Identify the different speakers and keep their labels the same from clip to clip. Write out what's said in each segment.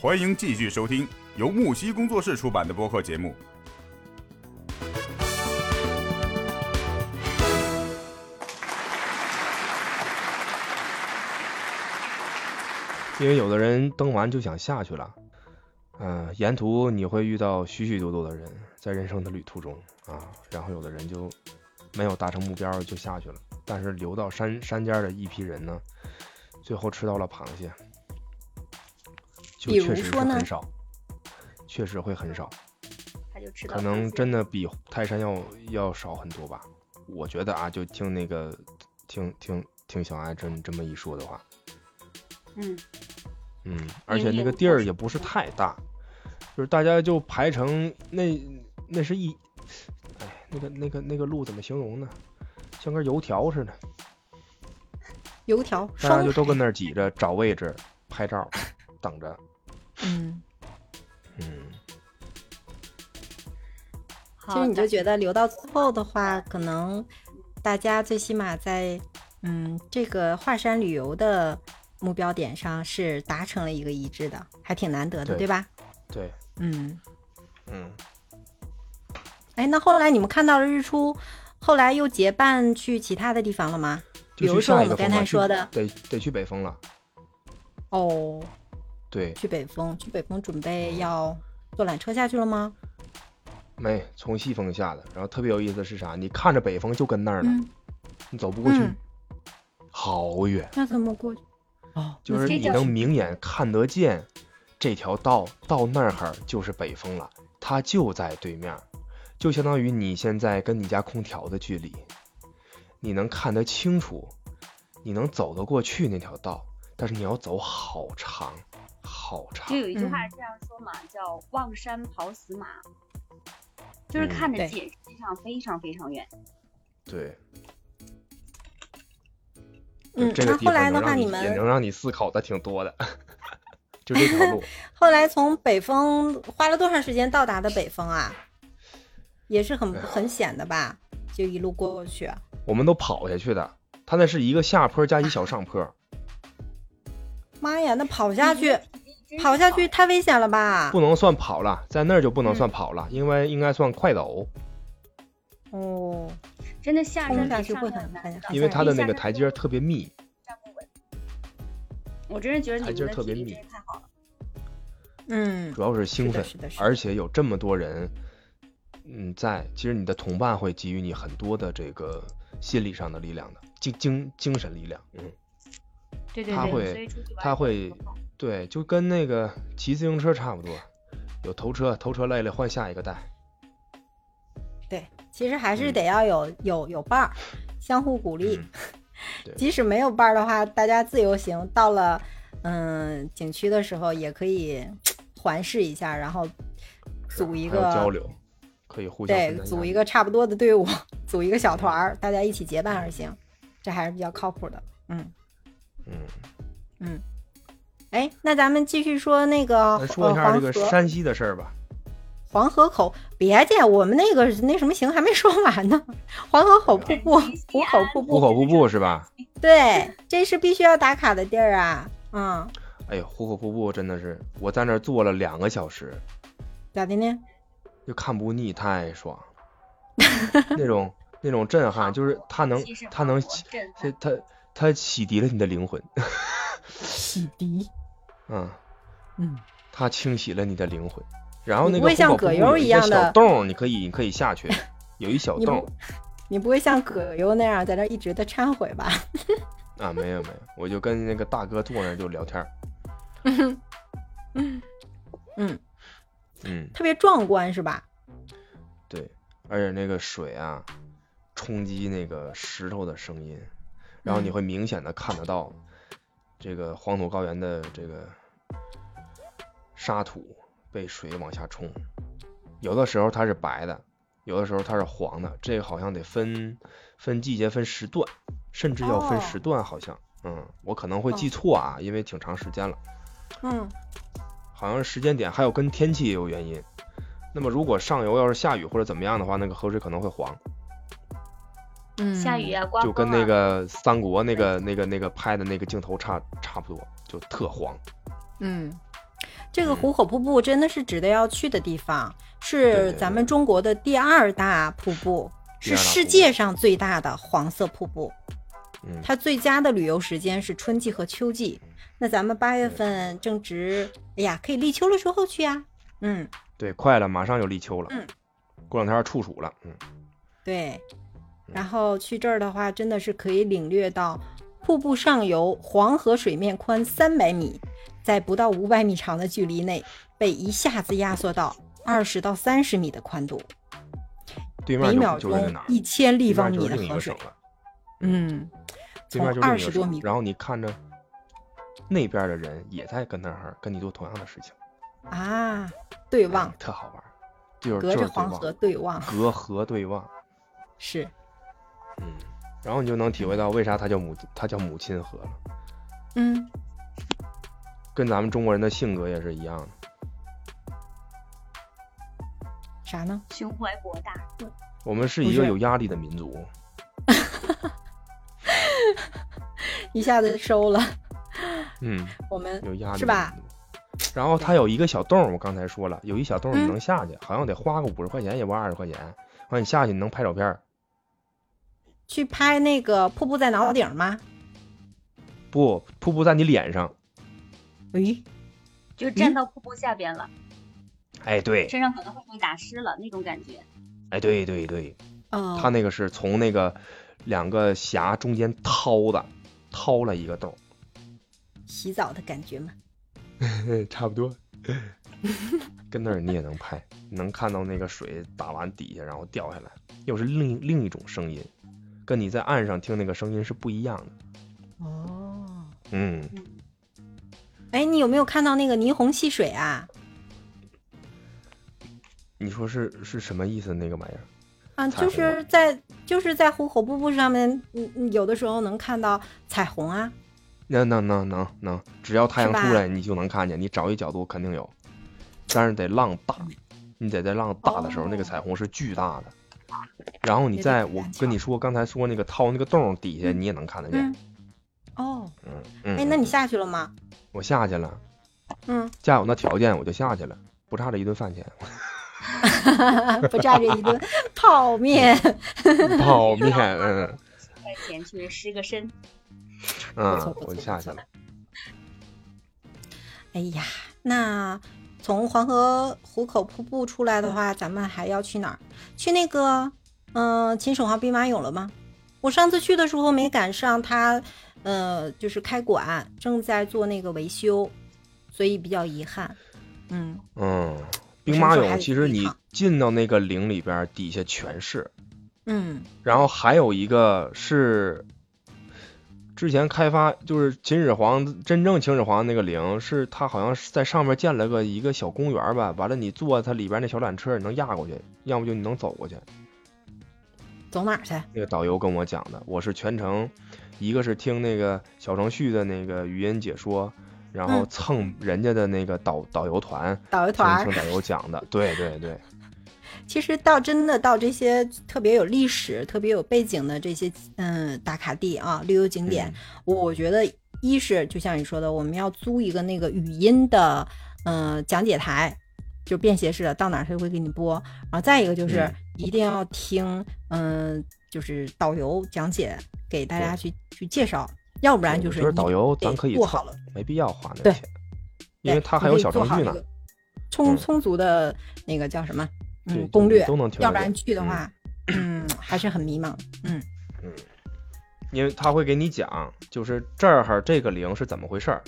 Speaker 1: 欢迎继续收听由木西工作室出版的播客节目。
Speaker 2: 因为有的人登完就想下去了，嗯、沿途你会遇到许许多多的人，在人生的旅途中啊，然后有的人就没有达成目标就下去了，但是留到山山尖儿的一批人呢，最后吃到了螃蟹，就
Speaker 3: 比如
Speaker 2: 确实是
Speaker 3: 说呢
Speaker 2: 很少，确实会很少，
Speaker 3: 他就吃到
Speaker 2: 可能
Speaker 3: 螃蟹
Speaker 2: 真的比泰山要要少很多吧。我觉得啊，就听那个听听听小安这么这么一说的话，
Speaker 3: 嗯，
Speaker 2: 嗯，而且
Speaker 3: 明
Speaker 2: 那
Speaker 3: 年
Speaker 2: 个
Speaker 3: 或
Speaker 2: 地儿
Speaker 3: 许
Speaker 2: 也不是太大，就是大家就排成那那是一，哎，那个那个那个路怎么形容呢？像根油条似的，
Speaker 3: 油条嗯
Speaker 2: 大家
Speaker 3: 双
Speaker 2: 就都
Speaker 3: 排
Speaker 2: 跟那儿挤着找位置拍照，等着。
Speaker 4: 嗯，
Speaker 2: 嗯，
Speaker 3: 其
Speaker 4: 好
Speaker 3: 实你就
Speaker 4: 的
Speaker 3: 觉得留到最后的话，可能大家最起码在嗯这个华山旅游的目标点上是达成了一个一致的，还挺难得的，
Speaker 2: 对
Speaker 3: 对吧？
Speaker 2: 对，
Speaker 4: 嗯，
Speaker 2: 嗯，
Speaker 3: 哎，那后来你们看到了日出，后来又结伴去其他的地方了吗？比
Speaker 2: 就
Speaker 3: 如
Speaker 2: 去
Speaker 3: 说
Speaker 2: 下
Speaker 3: 我
Speaker 2: 一个
Speaker 3: 们刚
Speaker 2: 峰吧
Speaker 3: 才
Speaker 2: 去
Speaker 3: 说的，
Speaker 2: 得得去北峰了。
Speaker 3: 哦，
Speaker 2: 对，
Speaker 3: 去北峰，去北峰准备要坐缆车下去了吗？
Speaker 2: 没从西峰下的，然后特别有意思的是啥？你看着北峰就跟那儿呢，
Speaker 3: 嗯
Speaker 2: 你走不过去，
Speaker 3: 嗯
Speaker 2: 好远，
Speaker 3: 那怎么过去？
Speaker 4: 哦，
Speaker 2: 就是
Speaker 3: 这
Speaker 2: 你
Speaker 3: 叫
Speaker 2: 能
Speaker 3: 什么
Speaker 2: 明眼看得见这条道到那儿就是北峰了，它就在对面儿，就相当于你现在跟你家空调的距离，你能看得清楚，你能走得过去那条道，但是你要走好长，好
Speaker 5: 就
Speaker 2: 长。
Speaker 5: 有一句话
Speaker 4: 嗯
Speaker 5: 是这样说嘛，叫“望山跑死马”，就是看
Speaker 3: 嗯对
Speaker 5: 得见，实际上非常非常远。
Speaker 2: 对，
Speaker 3: 嗯，
Speaker 2: 这
Speaker 3: 那
Speaker 2: 个地
Speaker 3: 后
Speaker 2: 方
Speaker 3: 来的
Speaker 2: 能
Speaker 3: 话，
Speaker 2: 让
Speaker 3: 你
Speaker 2: 你
Speaker 3: 们
Speaker 2: 也能让你思考的挺多的， 就这条 路。
Speaker 3: 后来从北峰花了多长时间到达的北峰啊？也是很
Speaker 2: 哎呀
Speaker 3: 很险的吧？就一路过去。啊
Speaker 2: 我们都跑下去的。它那是一个下坡加一小上坡，
Speaker 3: 妈呀，那跑下去，
Speaker 5: 真是
Speaker 3: 跑下去太危险了吧
Speaker 2: 不？能算跑
Speaker 3: 嗯
Speaker 2: 了，在那儿就不能算跑了，因为应该算快走，
Speaker 3: 哦，
Speaker 5: 真的下
Speaker 3: 冲
Speaker 5: 山
Speaker 3: 下
Speaker 5: 比
Speaker 3: 去
Speaker 5: 上
Speaker 3: 会
Speaker 5: 山
Speaker 3: 很
Speaker 5: 难
Speaker 3: 很
Speaker 5: 的
Speaker 3: 很
Speaker 2: 因为它的那
Speaker 5: 下
Speaker 2: 个
Speaker 5: 山
Speaker 2: 台
Speaker 5: 之
Speaker 2: 阶儿
Speaker 5: 后
Speaker 2: 特别密。
Speaker 5: 我真是觉得你
Speaker 2: 台
Speaker 5: 们
Speaker 2: 阶儿
Speaker 5: 的
Speaker 2: 特
Speaker 5: 体
Speaker 2: 别
Speaker 5: 力
Speaker 2: 密
Speaker 5: 真是太好了。
Speaker 3: 嗯
Speaker 2: 主要是兴奋
Speaker 3: 是的是的，是的
Speaker 2: 而且有这么多人，嗯，在其实你的同伴会给予你很多的这个心理上的力量的，精精精神力量，嗯，
Speaker 5: 对对
Speaker 2: 他
Speaker 5: 对，
Speaker 2: 会
Speaker 5: 所以出去玩
Speaker 2: 他
Speaker 5: 儿
Speaker 2: 会对，就跟那个骑自行车差不多，有头车，头车累了换下一个带，
Speaker 3: 对，其实还是
Speaker 2: 嗯
Speaker 3: 得要有有有伴儿，相互鼓励。
Speaker 2: 嗯对
Speaker 3: 即使没有伴儿的话，大家自由行到了嗯景区的时候，也可以环视一下，然后组一
Speaker 2: 还有交
Speaker 3: 个
Speaker 2: 流，可以互相
Speaker 3: 对
Speaker 2: 分担压
Speaker 3: 组
Speaker 2: 力
Speaker 3: 一个差不多的队伍， 组一个小团儿，大家一起结伴而行，这还是比较靠谱的。嗯
Speaker 2: 嗯。
Speaker 3: 嗯，哎，那咱们继续说那个
Speaker 2: 咱说一
Speaker 3: 呃
Speaker 2: 下这
Speaker 3: 黄
Speaker 2: 个
Speaker 3: 河
Speaker 2: 山西的事儿吧。
Speaker 3: 黄河口，别介，我们那个那什么行还没说完呢。黄河口瀑布，壶口
Speaker 2: 壶
Speaker 3: 瀑布，
Speaker 2: 口瀑布是吧？
Speaker 3: 对，这是必须要打卡的地儿啊。嗯，
Speaker 2: 哎呀，壶口瀑布真的是，我在那儿坐了两个小时，
Speaker 3: 咋的呢？
Speaker 2: 就看不腻，太爽 了，那种那种震撼，就是它能
Speaker 5: 气势
Speaker 2: 它
Speaker 5: 磅
Speaker 2: 能
Speaker 5: 礴
Speaker 2: 启
Speaker 5: 震撼
Speaker 2: 它它它洗涤了你的灵魂，
Speaker 4: 洗涤，
Speaker 2: 嗯，
Speaker 4: 嗯，
Speaker 2: 它清洗了你的灵魂。然后那个
Speaker 3: 你不会
Speaker 2: 壶口
Speaker 3: 像
Speaker 2: 瀑布
Speaker 3: 葛优
Speaker 2: 有一
Speaker 3: 一
Speaker 2: 个
Speaker 3: 样的
Speaker 2: 小洞儿，你可以你可以下 去，有一小
Speaker 3: 你
Speaker 2: 洞
Speaker 3: 不，你不会像葛优那样在那儿一直的忏悔吧？
Speaker 2: 儿啊，没有没有，我就跟那个大哥坐那儿就聊 天儿，
Speaker 3: 嗯，
Speaker 2: 嗯，
Speaker 3: 特别壮观是吧？
Speaker 2: 对，而且那个水啊，冲击那个石头的声音，然后你
Speaker 3: 嗯
Speaker 2: 会明显的看得到这个黄土高原的这个沙土被水往下冲，有的时候它是白的，有的时候它是黄的，这个好像得分分季节、分时段，甚至要分
Speaker 3: 哦
Speaker 2: 时段，好像，嗯，我可能会记
Speaker 3: 哦
Speaker 2: 错啊，因为挺长时间了。
Speaker 3: 嗯，
Speaker 2: 好像是时间点，还有跟天气也有原因。那么如果上游要是下雨或者怎么样的话，那个河水可能会黄，
Speaker 4: 嗯
Speaker 5: 下雨啊，刮
Speaker 2: 就
Speaker 5: 风
Speaker 2: 跟那
Speaker 5: 啊
Speaker 2: 个三国那个那个那个拍的那个镜头差差不多，就特黄。
Speaker 4: 嗯，
Speaker 3: 这个壶口瀑布真的是值得要去的地方，是
Speaker 2: 对
Speaker 3: 咱们中国的第二大瀑布，
Speaker 2: 第二大
Speaker 3: 是世
Speaker 2: 瀑布
Speaker 3: 界上最大的黄色瀑布。
Speaker 2: 嗯，
Speaker 3: 它最佳的旅游时间是春季和秋季。那咱们八月份正值，哎呀，可以立秋的时候去呀、嗯，
Speaker 2: 对，快了，马上就立秋了，
Speaker 3: 嗯
Speaker 2: 过两天处暑了，嗯，
Speaker 3: 对。然后去这儿的话，真的是可以领略到瀑布上游黄河水面宽三百米，在不到五百米长的距离内，被一下子压缩到二十到三十米的宽度，
Speaker 2: 对面
Speaker 3: 每
Speaker 2: 就
Speaker 3: 秒
Speaker 2: 就在
Speaker 3: 钟
Speaker 2: 哪儿，
Speaker 3: 一千立
Speaker 2: 对
Speaker 3: 方
Speaker 2: 面就
Speaker 3: 米
Speaker 2: 是
Speaker 3: 的
Speaker 2: 另一
Speaker 3: 河
Speaker 2: 个
Speaker 3: 水
Speaker 2: 省，了，
Speaker 4: 嗯
Speaker 2: 对面就是
Speaker 3: 从
Speaker 2: 另
Speaker 3: 二
Speaker 2: 一
Speaker 3: 十
Speaker 2: 个
Speaker 3: 多
Speaker 2: 省
Speaker 3: 米，
Speaker 2: 然后你看着那边的人也在跟那儿跟你做同样的事情，
Speaker 3: 啊，对望
Speaker 2: 哎，特好玩儿，就是
Speaker 3: 隔
Speaker 2: 就是
Speaker 3: 着
Speaker 2: 对
Speaker 3: 黄
Speaker 2: 望
Speaker 3: 河对望，
Speaker 2: 隔河对望，
Speaker 3: 是
Speaker 2: 嗯，然后你就能体会到为啥它叫母它叫母亲河了，
Speaker 4: 嗯
Speaker 2: 跟咱们中国人的性格也是一样的。
Speaker 3: 啥呢？
Speaker 5: 胸怀博大，
Speaker 2: 我们是
Speaker 3: 不
Speaker 2: 一个
Speaker 3: 是
Speaker 2: 有压力的民族，
Speaker 3: 一下子收了，
Speaker 2: 嗯，
Speaker 3: 我们
Speaker 2: 有压力
Speaker 3: 是吧？
Speaker 2: 然后它有一个小洞儿，我刚才说了，有一小洞儿
Speaker 3: 嗯
Speaker 2: 你能下去，好像得花个五十块钱，也不二十块钱。完你下去你能拍照片儿，
Speaker 3: 去拍那个瀑布在脑顶吗？
Speaker 2: 不，瀑布在你脸上。
Speaker 3: 诶，
Speaker 5: 就站到瀑布下边了，
Speaker 2: 哎，对，
Speaker 5: 身上可能会被打湿了那种感觉。
Speaker 2: 哎，对对对，
Speaker 3: 哦，
Speaker 2: 它那个是从那个两个峡中间掏的，掏了一个洞
Speaker 3: 洗澡的感觉嘛。
Speaker 2: 儿， 差不多。跟那儿你也能拍，能看到那个水打完底下然后掉下来，又是另另一种声音，跟你在岸上听那个声音是不一样的。
Speaker 3: 哦，
Speaker 2: 嗯，
Speaker 3: 哎，你有没有看到那个霓虹戏水啊？
Speaker 2: 你说是是什么意思？那个玩意儿？
Speaker 3: 啊，
Speaker 2: 彩
Speaker 3: 就
Speaker 2: 虹
Speaker 3: 是在就是在壶口瀑布上面，嗯，嗯有的时候能看到彩虹啊。
Speaker 2: 能能能能能，只要太阳
Speaker 3: 是吧
Speaker 2: 出来，你就能看见。你找一角度肯定有，但是得浪大，你得在浪大的时候，
Speaker 3: 哦
Speaker 2: 那个彩虹是巨大的。然后你
Speaker 3: 也得
Speaker 2: 在
Speaker 3: 看
Speaker 2: 我
Speaker 3: 巧
Speaker 2: 跟你说刚才说那个掏那个洞底下，你也能看得见
Speaker 3: 嗯。。哦，
Speaker 2: 嗯
Speaker 3: 哎，
Speaker 2: 嗯，
Speaker 3: 那你下去了吗？
Speaker 2: 我下去了，
Speaker 3: 嗯，
Speaker 2: 家有那条件我就下去了，不差这一顿饭钱。
Speaker 3: 不差这一顿泡面。
Speaker 2: 泡面，嗯
Speaker 5: 块钱去湿个身，
Speaker 3: 不
Speaker 2: 嗯，
Speaker 3: 错不
Speaker 2: 我
Speaker 3: 错
Speaker 2: 就下
Speaker 3: 不
Speaker 2: 去
Speaker 3: 错
Speaker 2: 了。
Speaker 3: 哎呀，那从黄河壶口瀑布出来的
Speaker 2: 嗯
Speaker 3: 话，咱们还要去哪儿？去那个，嗯、秦始皇兵马俑了吗？我上次去的时候没赶上它，呃，就是开馆，正在做那个维修，所以比较遗憾。嗯，
Speaker 2: 嗯，
Speaker 3: 我
Speaker 2: 兵
Speaker 3: 什么
Speaker 2: 马
Speaker 3: 时候还
Speaker 2: 俑
Speaker 3: 得
Speaker 2: 其
Speaker 3: 去
Speaker 2: 实
Speaker 3: 一
Speaker 2: 你
Speaker 3: 趟
Speaker 2: 进到那个陵里边儿，底下全是。
Speaker 3: 嗯，
Speaker 2: 然后还有一个是之前开发，就是秦始皇真正秦始皇那个陵，是他好像是在上面建了个一个小公园吧，完了你坐它里边那小缆车，你能压过去，要不就你能走过去。
Speaker 3: 走哪儿去？
Speaker 2: 那个导游跟我讲的，我是全程，一个是听那个小程序的那个语音解说，然后
Speaker 3: 嗯
Speaker 2: 蹭人家的那个导导游团，
Speaker 3: 导游
Speaker 2: 听
Speaker 3: 团
Speaker 2: 听
Speaker 3: 儿。
Speaker 2: 导游讲的，对对 对，
Speaker 3: 其实到真的到这些特别有历史、特别有背景的这些嗯打卡地啊、旅游景点，
Speaker 2: 嗯
Speaker 3: 我觉得一是就像你说的，我们要租一个那个语音的呃讲解台，就便携式的，到哪儿它就会给你播。然后再一个就是
Speaker 2: 嗯
Speaker 3: 一定要听，嗯、就是导游讲解给大家去去介绍，要不然
Speaker 2: 对
Speaker 3: 就
Speaker 2: 我
Speaker 3: 是
Speaker 2: 觉得
Speaker 3: 你
Speaker 2: 导游
Speaker 3: 得
Speaker 2: 咱可以
Speaker 3: 做
Speaker 2: 蹭
Speaker 3: 好了，
Speaker 2: 没必要花那
Speaker 3: 对
Speaker 2: 钱，因为
Speaker 3: 对
Speaker 2: 他
Speaker 3: 你
Speaker 2: 还有
Speaker 3: 可以
Speaker 2: 小
Speaker 3: 做
Speaker 2: 程
Speaker 3: 好
Speaker 2: 序
Speaker 3: 这
Speaker 2: 呢。
Speaker 3: 个充
Speaker 2: 嗯
Speaker 3: 充足的那个叫什么？
Speaker 2: 对
Speaker 3: 嗯，
Speaker 2: 对
Speaker 3: 攻
Speaker 2: 你
Speaker 3: 略
Speaker 2: 都能听
Speaker 3: 要
Speaker 2: 得
Speaker 3: 不然
Speaker 2: 见
Speaker 3: 去的
Speaker 2: 嗯
Speaker 3: 话， 嗯，还是很迷茫。嗯，
Speaker 2: 因为他会给你讲，就是这儿这个陵是怎么回事儿，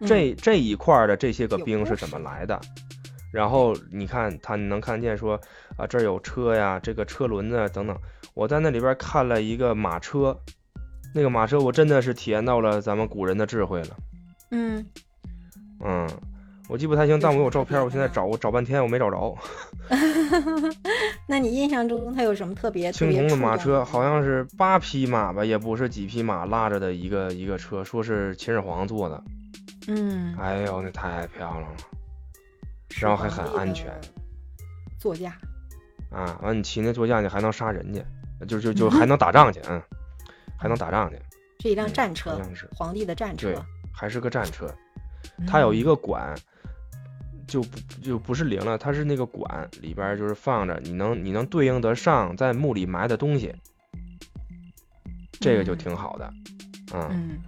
Speaker 3: 嗯
Speaker 2: 这这一块儿的这些个
Speaker 3: 有
Speaker 2: 兵
Speaker 3: 故
Speaker 2: 是怎么来的。然后你看，他能看见说啊，这儿有车呀，这个车轮子啊等等。我在那里边看了一个马车，那个马车我真的是体验到了咱们古人的智慧了。
Speaker 3: 嗯，
Speaker 2: 嗯，我记不太清，但我有照片，
Speaker 3: 有什么
Speaker 2: 我现在
Speaker 3: 特别的吗
Speaker 2: 找我找半天我没找着。
Speaker 3: 那你印象中它有什么特别特
Speaker 2: 青
Speaker 3: 别
Speaker 2: 铜的
Speaker 3: 触
Speaker 2: 马
Speaker 3: 动嗯
Speaker 2: 车
Speaker 3: 你
Speaker 2: 好像是八匹马吧，也不是几匹马拉着的一个一个车，说是秦始皇做的。
Speaker 3: 嗯，
Speaker 2: 哎呦，那太漂亮了。然后还很安全。
Speaker 3: 座驾，
Speaker 2: 啊，完你骑那座驾，你还能杀人去，就就就还能打仗去，嗯，还能打仗去，
Speaker 3: 是一辆
Speaker 2: 嗯
Speaker 3: 战
Speaker 2: 好
Speaker 3: 车
Speaker 2: 像是，
Speaker 3: 皇帝的战
Speaker 2: 对
Speaker 3: 车。，嗯
Speaker 2: 还是个战车，它有一个馆，就不就不是铃了，它是那个管里边儿就是放着，你能你能对应得上在墓里埋的东西，这个就挺好的，啊、
Speaker 4: 嗯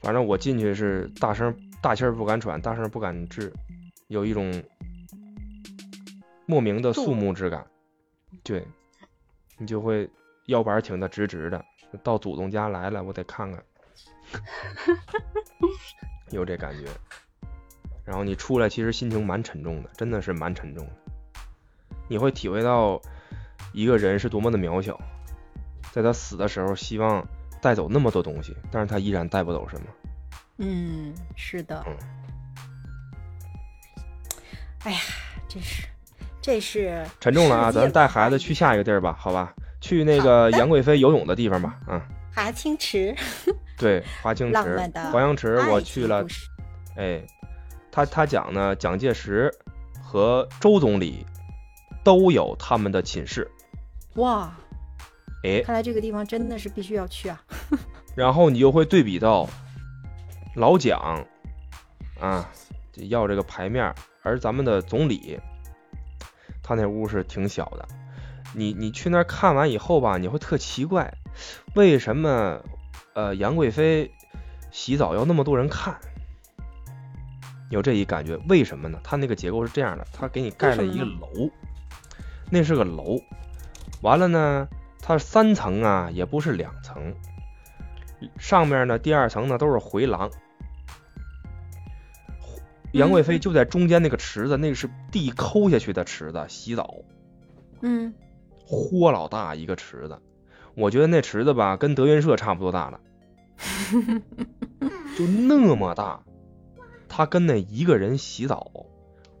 Speaker 2: 反正我进去是大声大气儿不敢喘，大声儿不敢吱，有一种莫名的肃穆之感。对，你就会腰板儿挺得直直的。到祖宗家来了，我得看看，有这感觉。然后你出来，其实心情蛮沉重的，真的是蛮沉重的。你会体会到一个人是多么的渺小，在他死的时候，希望带走那么多东西，但是他依然带不走什么。
Speaker 3: 嗯，是的。哎呀，真是，这是
Speaker 2: 沉重了啊，
Speaker 3: 世界
Speaker 2: 咱带
Speaker 3: 文
Speaker 2: 孩
Speaker 3: 化
Speaker 2: 子
Speaker 3: 遗
Speaker 2: 去下一个地儿吧，好吧？去那个杨贵妃游泳的地方吧，嗯，
Speaker 3: 华清池，
Speaker 2: 对，华清
Speaker 3: 浪
Speaker 2: 池
Speaker 3: 漫的、
Speaker 2: 华阳池，我
Speaker 3: 爱
Speaker 2: 去
Speaker 3: 情
Speaker 2: 了
Speaker 3: 故，事
Speaker 2: 哎，他他讲呢，蒋介石和周总理都有他们的寝室，
Speaker 3: 哇，
Speaker 2: 哎，
Speaker 3: 看来这个地方真的是必须要去啊。
Speaker 2: 然后你就会对比到老蒋啊，这要这个牌面儿，而咱们的总理，他那屋是挺小的。你你去那儿看完以后吧，你会特奇怪，为什么呃杨贵妃洗澡要那么多人看？有这一感觉，为什么呢？它那个结构是这样的，它给你盖了一个楼，那是个楼，完了呢，它三层啊，也不是两层，上面呢，第二层呢都是回廊。杨
Speaker 5: 嗯
Speaker 2: 贵妃就在中间那个池子，那个是地抠下去的池子，洗澡，
Speaker 4: 嗯
Speaker 2: 豁老大一个池子。我觉得那池子吧，跟德云社差不多大 了，就那么大。她跟那一个人洗澡，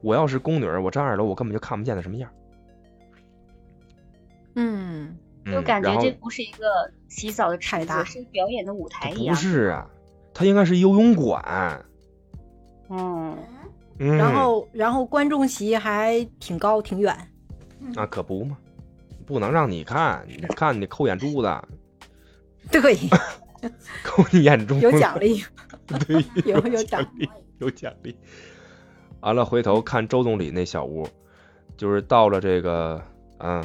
Speaker 2: 我要是宫女儿，我站二楼，我根本就看不见她什么样。
Speaker 4: 嗯
Speaker 2: 嗯
Speaker 5: 就感觉
Speaker 2: 然后
Speaker 5: 这不是一个洗澡的
Speaker 3: 太
Speaker 5: 池
Speaker 3: 大
Speaker 5: 子，是表演的舞台一
Speaker 2: 不
Speaker 5: 样。
Speaker 2: 是啊，她应该是游泳馆。
Speaker 5: 嗯，
Speaker 2: 嗯，
Speaker 3: 然后，然后观众席还挺高挺远，
Speaker 2: 那可不嘛，不能让你看， 你看你抠眼珠子，
Speaker 3: 对，
Speaker 2: 抠你眼珠子，
Speaker 3: 有奖励，
Speaker 2: 对，
Speaker 3: 有
Speaker 2: 有
Speaker 3: 有
Speaker 2: 奖
Speaker 3: 奖
Speaker 2: 励，有奖励。完了，回头看周总理那小屋，就是到了这个，啊，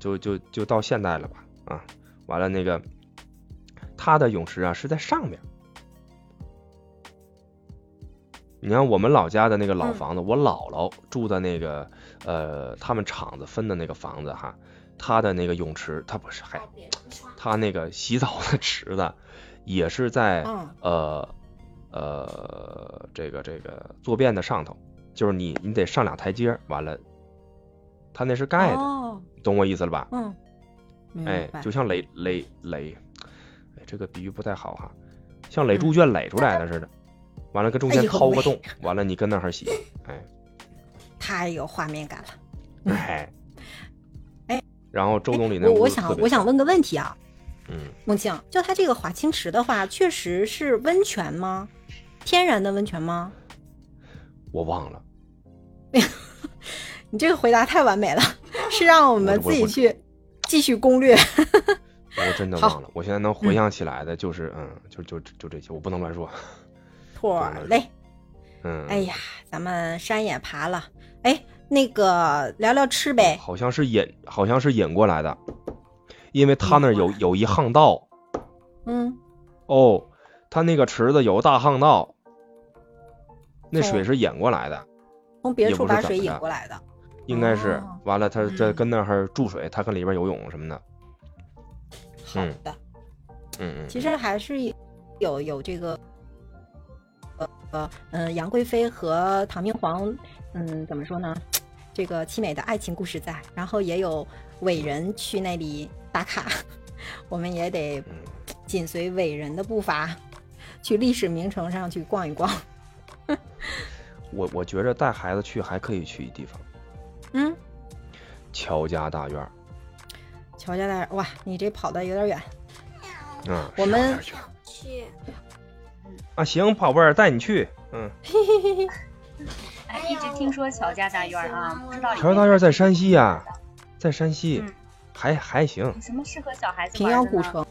Speaker 2: 就就就到现代了吧，啊，完了那个，他的泳池啊是在上面。你看我们老家的那个老
Speaker 3: 嗯
Speaker 2: 房子，我姥姥住的那个，呃，他们厂子分的那个房子哈，他的那个泳池，他不是，嗨，他那个洗澡的池子也是在、
Speaker 3: 嗯
Speaker 2: 呃呃这个这个坐便的上头，就是你你得上俩台阶儿，完了，他那是盖的，
Speaker 3: 哦，
Speaker 2: 你懂我意思了吧？
Speaker 3: 嗯，明
Speaker 2: 哎
Speaker 3: 白，
Speaker 2: 就像垒垒垒，哎，这个比喻不太好哈，像
Speaker 3: 嗯
Speaker 2: 垒猪圈垒出来的似的，完了跟中
Speaker 3: 哎
Speaker 2: 间
Speaker 3: 呦
Speaker 2: 掏
Speaker 3: 喂
Speaker 2: 个洞，完了你跟那儿 洗，哎
Speaker 3: 太有画面感了。
Speaker 2: 哎
Speaker 3: 哎，
Speaker 2: 然后周
Speaker 3: 哎
Speaker 2: 总理那
Speaker 3: 我
Speaker 2: 屋
Speaker 3: 我
Speaker 2: 子特
Speaker 3: 想
Speaker 2: 别
Speaker 3: 我想问个问题啊，
Speaker 2: 嗯，
Speaker 3: 梦静，就它这个华清池的话，确实是温泉吗？天然的温泉吗？
Speaker 2: 我忘了，
Speaker 3: 你这个回答太完美了，是让我们
Speaker 2: 我
Speaker 3: 自己去继续攻略。
Speaker 2: 我真的
Speaker 3: 好嗯
Speaker 2: 忘了，我现在能回想起来的就是嗯，就就就这些，我不能乱说，
Speaker 3: 妥
Speaker 2: 对
Speaker 3: 嘞，
Speaker 2: 嗯，
Speaker 3: 哎呀，咱们山也爬了，哎，那个聊聊吃呗，
Speaker 2: 哦好像是引，好像是引过来的，因为他那儿有有一巷道
Speaker 3: 嗯，
Speaker 2: 哦，他那个池子有个大巷道，那
Speaker 3: 哦
Speaker 2: 水是引过来的，
Speaker 3: 从别
Speaker 2: 也
Speaker 3: 处
Speaker 2: 不是
Speaker 3: 把
Speaker 2: 怎
Speaker 3: 水
Speaker 2: 么
Speaker 3: 引
Speaker 2: 的
Speaker 3: 过来的。
Speaker 2: 应该是
Speaker 3: 哦。
Speaker 2: 完了，他在
Speaker 3: 嗯
Speaker 2: 跟那儿注水，他跟里边游泳什么的。
Speaker 3: 好
Speaker 2: 嗯
Speaker 3: 的，
Speaker 2: 嗯嗯，
Speaker 3: 其实还是有有这个，呃呃，杨贵妃和唐明皇，嗯，怎么说呢？这个凄美的爱情故事在，然后也有伟人去那里打卡， 我们也得
Speaker 2: 嗯
Speaker 3: 紧随伟人的步伐，去历史名城上去逛一逛。
Speaker 2: 我我觉着带孩子去还可以去一地方，
Speaker 3: 嗯，
Speaker 2: 乔家大院儿
Speaker 3: 乔家大人，哇，你这跑的有点远。
Speaker 2: 啊，
Speaker 3: 我
Speaker 2: 是
Speaker 3: 们
Speaker 2: 有点远
Speaker 6: 去，
Speaker 2: 啊，行，宝贝儿带你去。嗯，
Speaker 5: 哎，一直听说乔家大院儿啊，不知道里
Speaker 2: 乔家大
Speaker 5: 面
Speaker 2: 院在山西呀、在山西
Speaker 5: 嗯，
Speaker 2: 还还行。
Speaker 5: 有什么适合小孩子
Speaker 3: 平
Speaker 5: 玩
Speaker 3: 遥
Speaker 5: 的
Speaker 3: 古
Speaker 5: 呢？
Speaker 3: 城，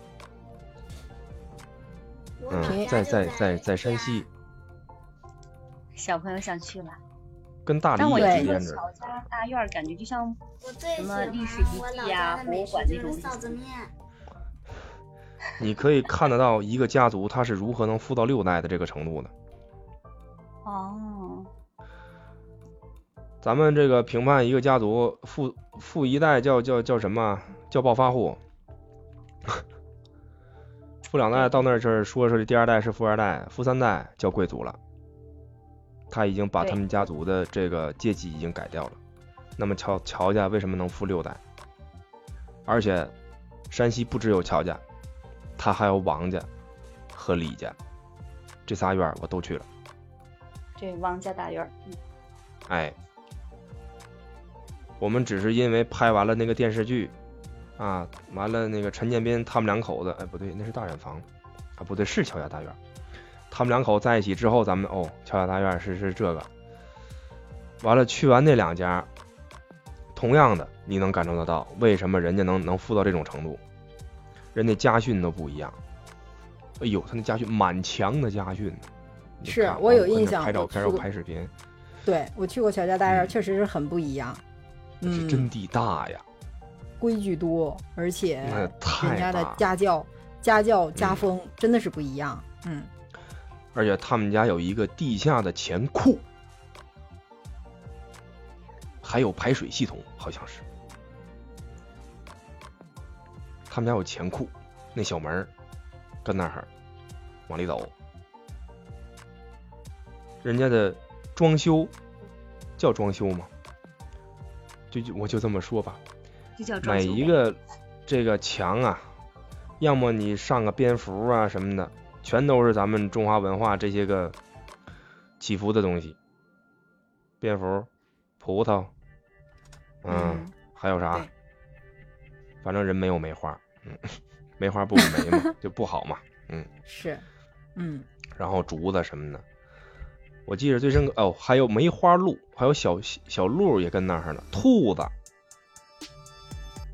Speaker 6: 我
Speaker 2: 嗯
Speaker 6: 马，
Speaker 2: 在
Speaker 6: 上
Speaker 2: 在
Speaker 6: 就
Speaker 2: 在在山西，
Speaker 5: 小朋友想去了。
Speaker 2: 跟大理
Speaker 5: 但我
Speaker 2: 也
Speaker 3: 对
Speaker 5: 一
Speaker 2: 是
Speaker 5: 听
Speaker 2: 连
Speaker 5: 说
Speaker 2: 着
Speaker 5: 乔
Speaker 2: 的。
Speaker 5: 家大院儿，感觉就像
Speaker 6: 我
Speaker 5: 什
Speaker 6: 最喜
Speaker 5: 么
Speaker 6: 欢
Speaker 5: 历史遗
Speaker 6: 我老
Speaker 5: 迹啊
Speaker 6: 家的
Speaker 5: 博物
Speaker 6: 美食
Speaker 5: 馆那
Speaker 6: 就
Speaker 5: 种
Speaker 6: 是臊子面。
Speaker 2: 你可以看得到一个家族他是如何能富到六代的这个程度的。
Speaker 5: 哦，
Speaker 2: 咱们这个评判一个家族，富富一代叫叫叫什么？叫暴发户。富两代到那儿这儿说说这第二代是富二代，富三代叫贵族了。他已经把他们家族的这个阶级已经改掉了。那么乔乔家为什么能富六代？而且山西不只有乔家，他还有王家和李家，这仨院儿我都去了。
Speaker 5: 对，王家大院儿，嗯
Speaker 2: 哎，我们只是因为拍完了那个电视剧，啊，完了那个陈建斌他们两口子，哎，不对，那是大染坊，啊，不对，是乔家大院儿。他们两口在一起之后，咱们哦，乔家大院儿是是这个。完了，去完那两家，同样的，你能感受得到为什么人家能能富到这种程度，人家家训都不一样。哎呦，他那家训满墙的家训，你
Speaker 3: 是
Speaker 2: 看
Speaker 3: 我有
Speaker 2: 跟着
Speaker 3: 印象
Speaker 2: 拍照
Speaker 3: 我
Speaker 2: 片儿，
Speaker 3: 去
Speaker 2: 我
Speaker 3: 过
Speaker 2: 拍视频，
Speaker 3: 对我去过乔家大院，
Speaker 2: 嗯
Speaker 3: 确实是很不一样。
Speaker 2: 这
Speaker 3: 嗯，
Speaker 2: 真地大呀！
Speaker 3: 规矩多，而且
Speaker 2: 那
Speaker 3: 哎人
Speaker 2: 太嗯
Speaker 3: 家的
Speaker 2: 大，
Speaker 3: 家教、家教、家风真的是不一样。
Speaker 4: 嗯
Speaker 2: 而且他们家有一个地下的钱库，还有排水系统，好像是。他们家有钱库，那小门儿跟那儿往里走，人家的装修叫装修吗？就就我就这么说吧，
Speaker 5: 就叫装
Speaker 2: 每
Speaker 5: 修
Speaker 2: 一
Speaker 5: 呗
Speaker 2: 个这个墙啊，要么你上个蝙蝠啊什么的，全都是咱们中华文化这些个起伏的东西。蝙蝠、葡萄，嗯，
Speaker 4: 嗯
Speaker 2: 还有啥
Speaker 4: 对？
Speaker 2: 反正人没有梅花，嗯， 梅花不如梅嘛， 就不好嘛。
Speaker 3: 是，
Speaker 4: 嗯
Speaker 2: 然后竹子什么的，我记得最深刻哦，还有梅花鹿，还有小小鹿也跟那儿呢，兔子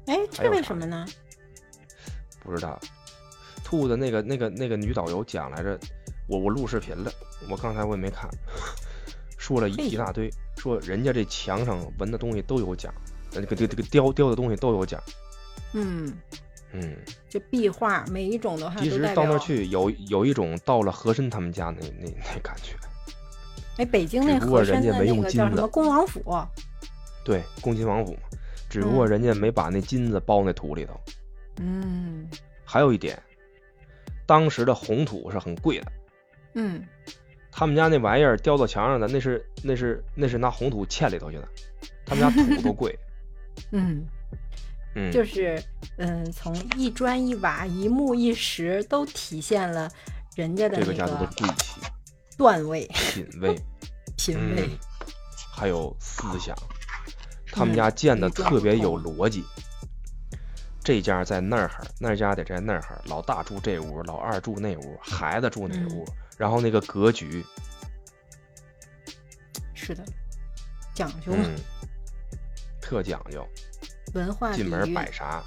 Speaker 3: 哎，
Speaker 2: 还
Speaker 3: 这
Speaker 2: 有
Speaker 3: 为
Speaker 2: 啥
Speaker 3: 什么呢？
Speaker 2: 不知道。兔子那个那个那个女导游讲来着，我我录视频了，我刚才我也没看， 说了一
Speaker 3: 为什么
Speaker 2: 一大堆，说人家这墙上纹的东西都有讲，呃这个这个这个雕雕的东西都有讲，
Speaker 4: 嗯
Speaker 2: 嗯，
Speaker 3: 就壁画，每一种的话
Speaker 2: 即
Speaker 3: 都
Speaker 2: 使
Speaker 3: 代
Speaker 2: 到
Speaker 3: 表。
Speaker 2: 那儿去，有有一种到了和珅他们家那那那感觉，
Speaker 3: 哎，北京
Speaker 2: 只
Speaker 3: 那
Speaker 2: 不过
Speaker 3: 和
Speaker 2: 啊人
Speaker 3: 珅
Speaker 2: 家
Speaker 3: 的
Speaker 2: 没
Speaker 3: 那
Speaker 2: 用
Speaker 3: 个
Speaker 2: 金
Speaker 3: 叫什
Speaker 2: 子
Speaker 3: 么恭王府，
Speaker 2: 对，恭亲王府嘛，只不
Speaker 3: 嗯
Speaker 2: 过人家没把那金子包那土里头。
Speaker 4: 嗯
Speaker 2: 还有一点，当时的红土是很贵的。
Speaker 4: 嗯，
Speaker 2: 他们家那玩意儿雕到墙上的，那是那是那是拿红土嵌里头去的，他们家土都 贵，
Speaker 4: 嗯
Speaker 2: 嗯，
Speaker 3: 就是嗯，从一砖一瓦、一木一石都体现了人家的
Speaker 2: 这个
Speaker 3: 那
Speaker 2: 家族的
Speaker 3: 个
Speaker 2: 贵气、
Speaker 3: 段位、
Speaker 2: 品味，
Speaker 3: 品
Speaker 2: 嗯
Speaker 3: 位。，
Speaker 2: 还有思想，他们家建的特别有逻辑。这家在那儿，那家得在那儿，老大住这屋，老二住那屋，孩子住那屋，
Speaker 3: 嗯
Speaker 2: 然后那个格局，
Speaker 3: 是的，讲究嘛，
Speaker 2: 嗯，特讲究，
Speaker 3: 文化
Speaker 2: 进
Speaker 3: 底
Speaker 2: 门
Speaker 3: 蕴，
Speaker 2: 摆啥，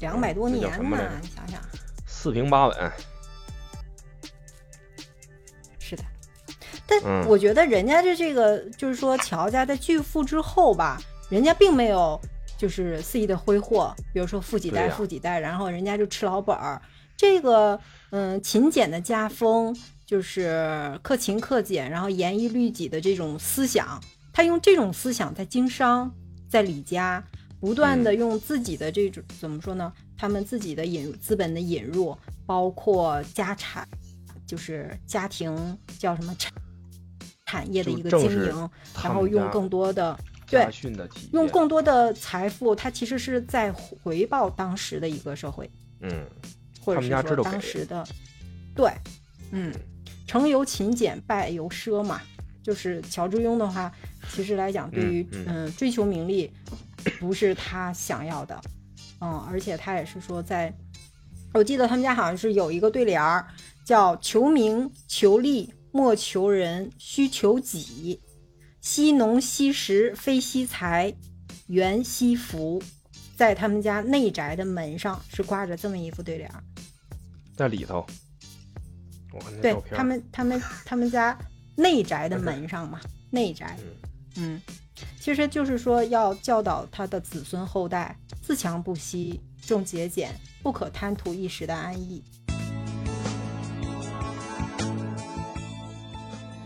Speaker 3: 两百多
Speaker 2: 那嗯叫什
Speaker 3: 年
Speaker 2: 么
Speaker 3: 嘛
Speaker 2: 来着，
Speaker 3: 你想想，啊
Speaker 2: 四平八稳，
Speaker 3: 是的。但
Speaker 2: 嗯
Speaker 3: 我觉得人家的这个，就是说乔家在巨富之后吧，人家并没有就是肆意的挥霍，比如说富几代、
Speaker 2: 对呀
Speaker 3: 富几代，然后人家就吃老本儿。这个嗯，勤俭的家风，就是克勤克俭，然后严以律己的这种思想，他用这种思想在经商，在李家不断
Speaker 2: 嗯
Speaker 3: 的用自己的这种、怎么说呢？他们自己的引入资本的引入，包括家产，就是家庭叫什么产产业的
Speaker 2: 就
Speaker 3: 一个
Speaker 2: 正
Speaker 3: 经
Speaker 2: 是
Speaker 3: 营，
Speaker 2: 他
Speaker 3: 然
Speaker 2: 们
Speaker 3: 后用
Speaker 2: 家
Speaker 3: 更多的
Speaker 2: 家
Speaker 3: 对
Speaker 2: 训的体
Speaker 3: 用
Speaker 2: 验
Speaker 3: 更多的财富，它其实是在回报当时的一个社会，
Speaker 2: 嗯，
Speaker 3: 或者
Speaker 2: 他
Speaker 3: 是
Speaker 2: 们家知
Speaker 3: 说
Speaker 2: 道
Speaker 3: 当
Speaker 2: 给
Speaker 3: 时的对
Speaker 4: 嗯
Speaker 3: 成由勤俭，败由奢嘛。就是乔致庸的话，其实来讲，对于
Speaker 2: 嗯
Speaker 3: 嗯、追求名利，不是他想要的，嗯，而且他也是说在，我记得他们家好像是有一个对联儿，叫“求名求利莫求人，须求己；惜农惜时非惜财，缘惜福”。在他们家内宅的门上是挂着这么一副对联儿。
Speaker 2: 在里头。我看那
Speaker 3: 对
Speaker 2: 照片儿，啊
Speaker 3: 他们，他们，他们家内宅的门上嘛，内宅
Speaker 4: 嗯
Speaker 3: 其实就是说要教导他的子孙后代自强不息、重节俭，不可贪图一时的安逸。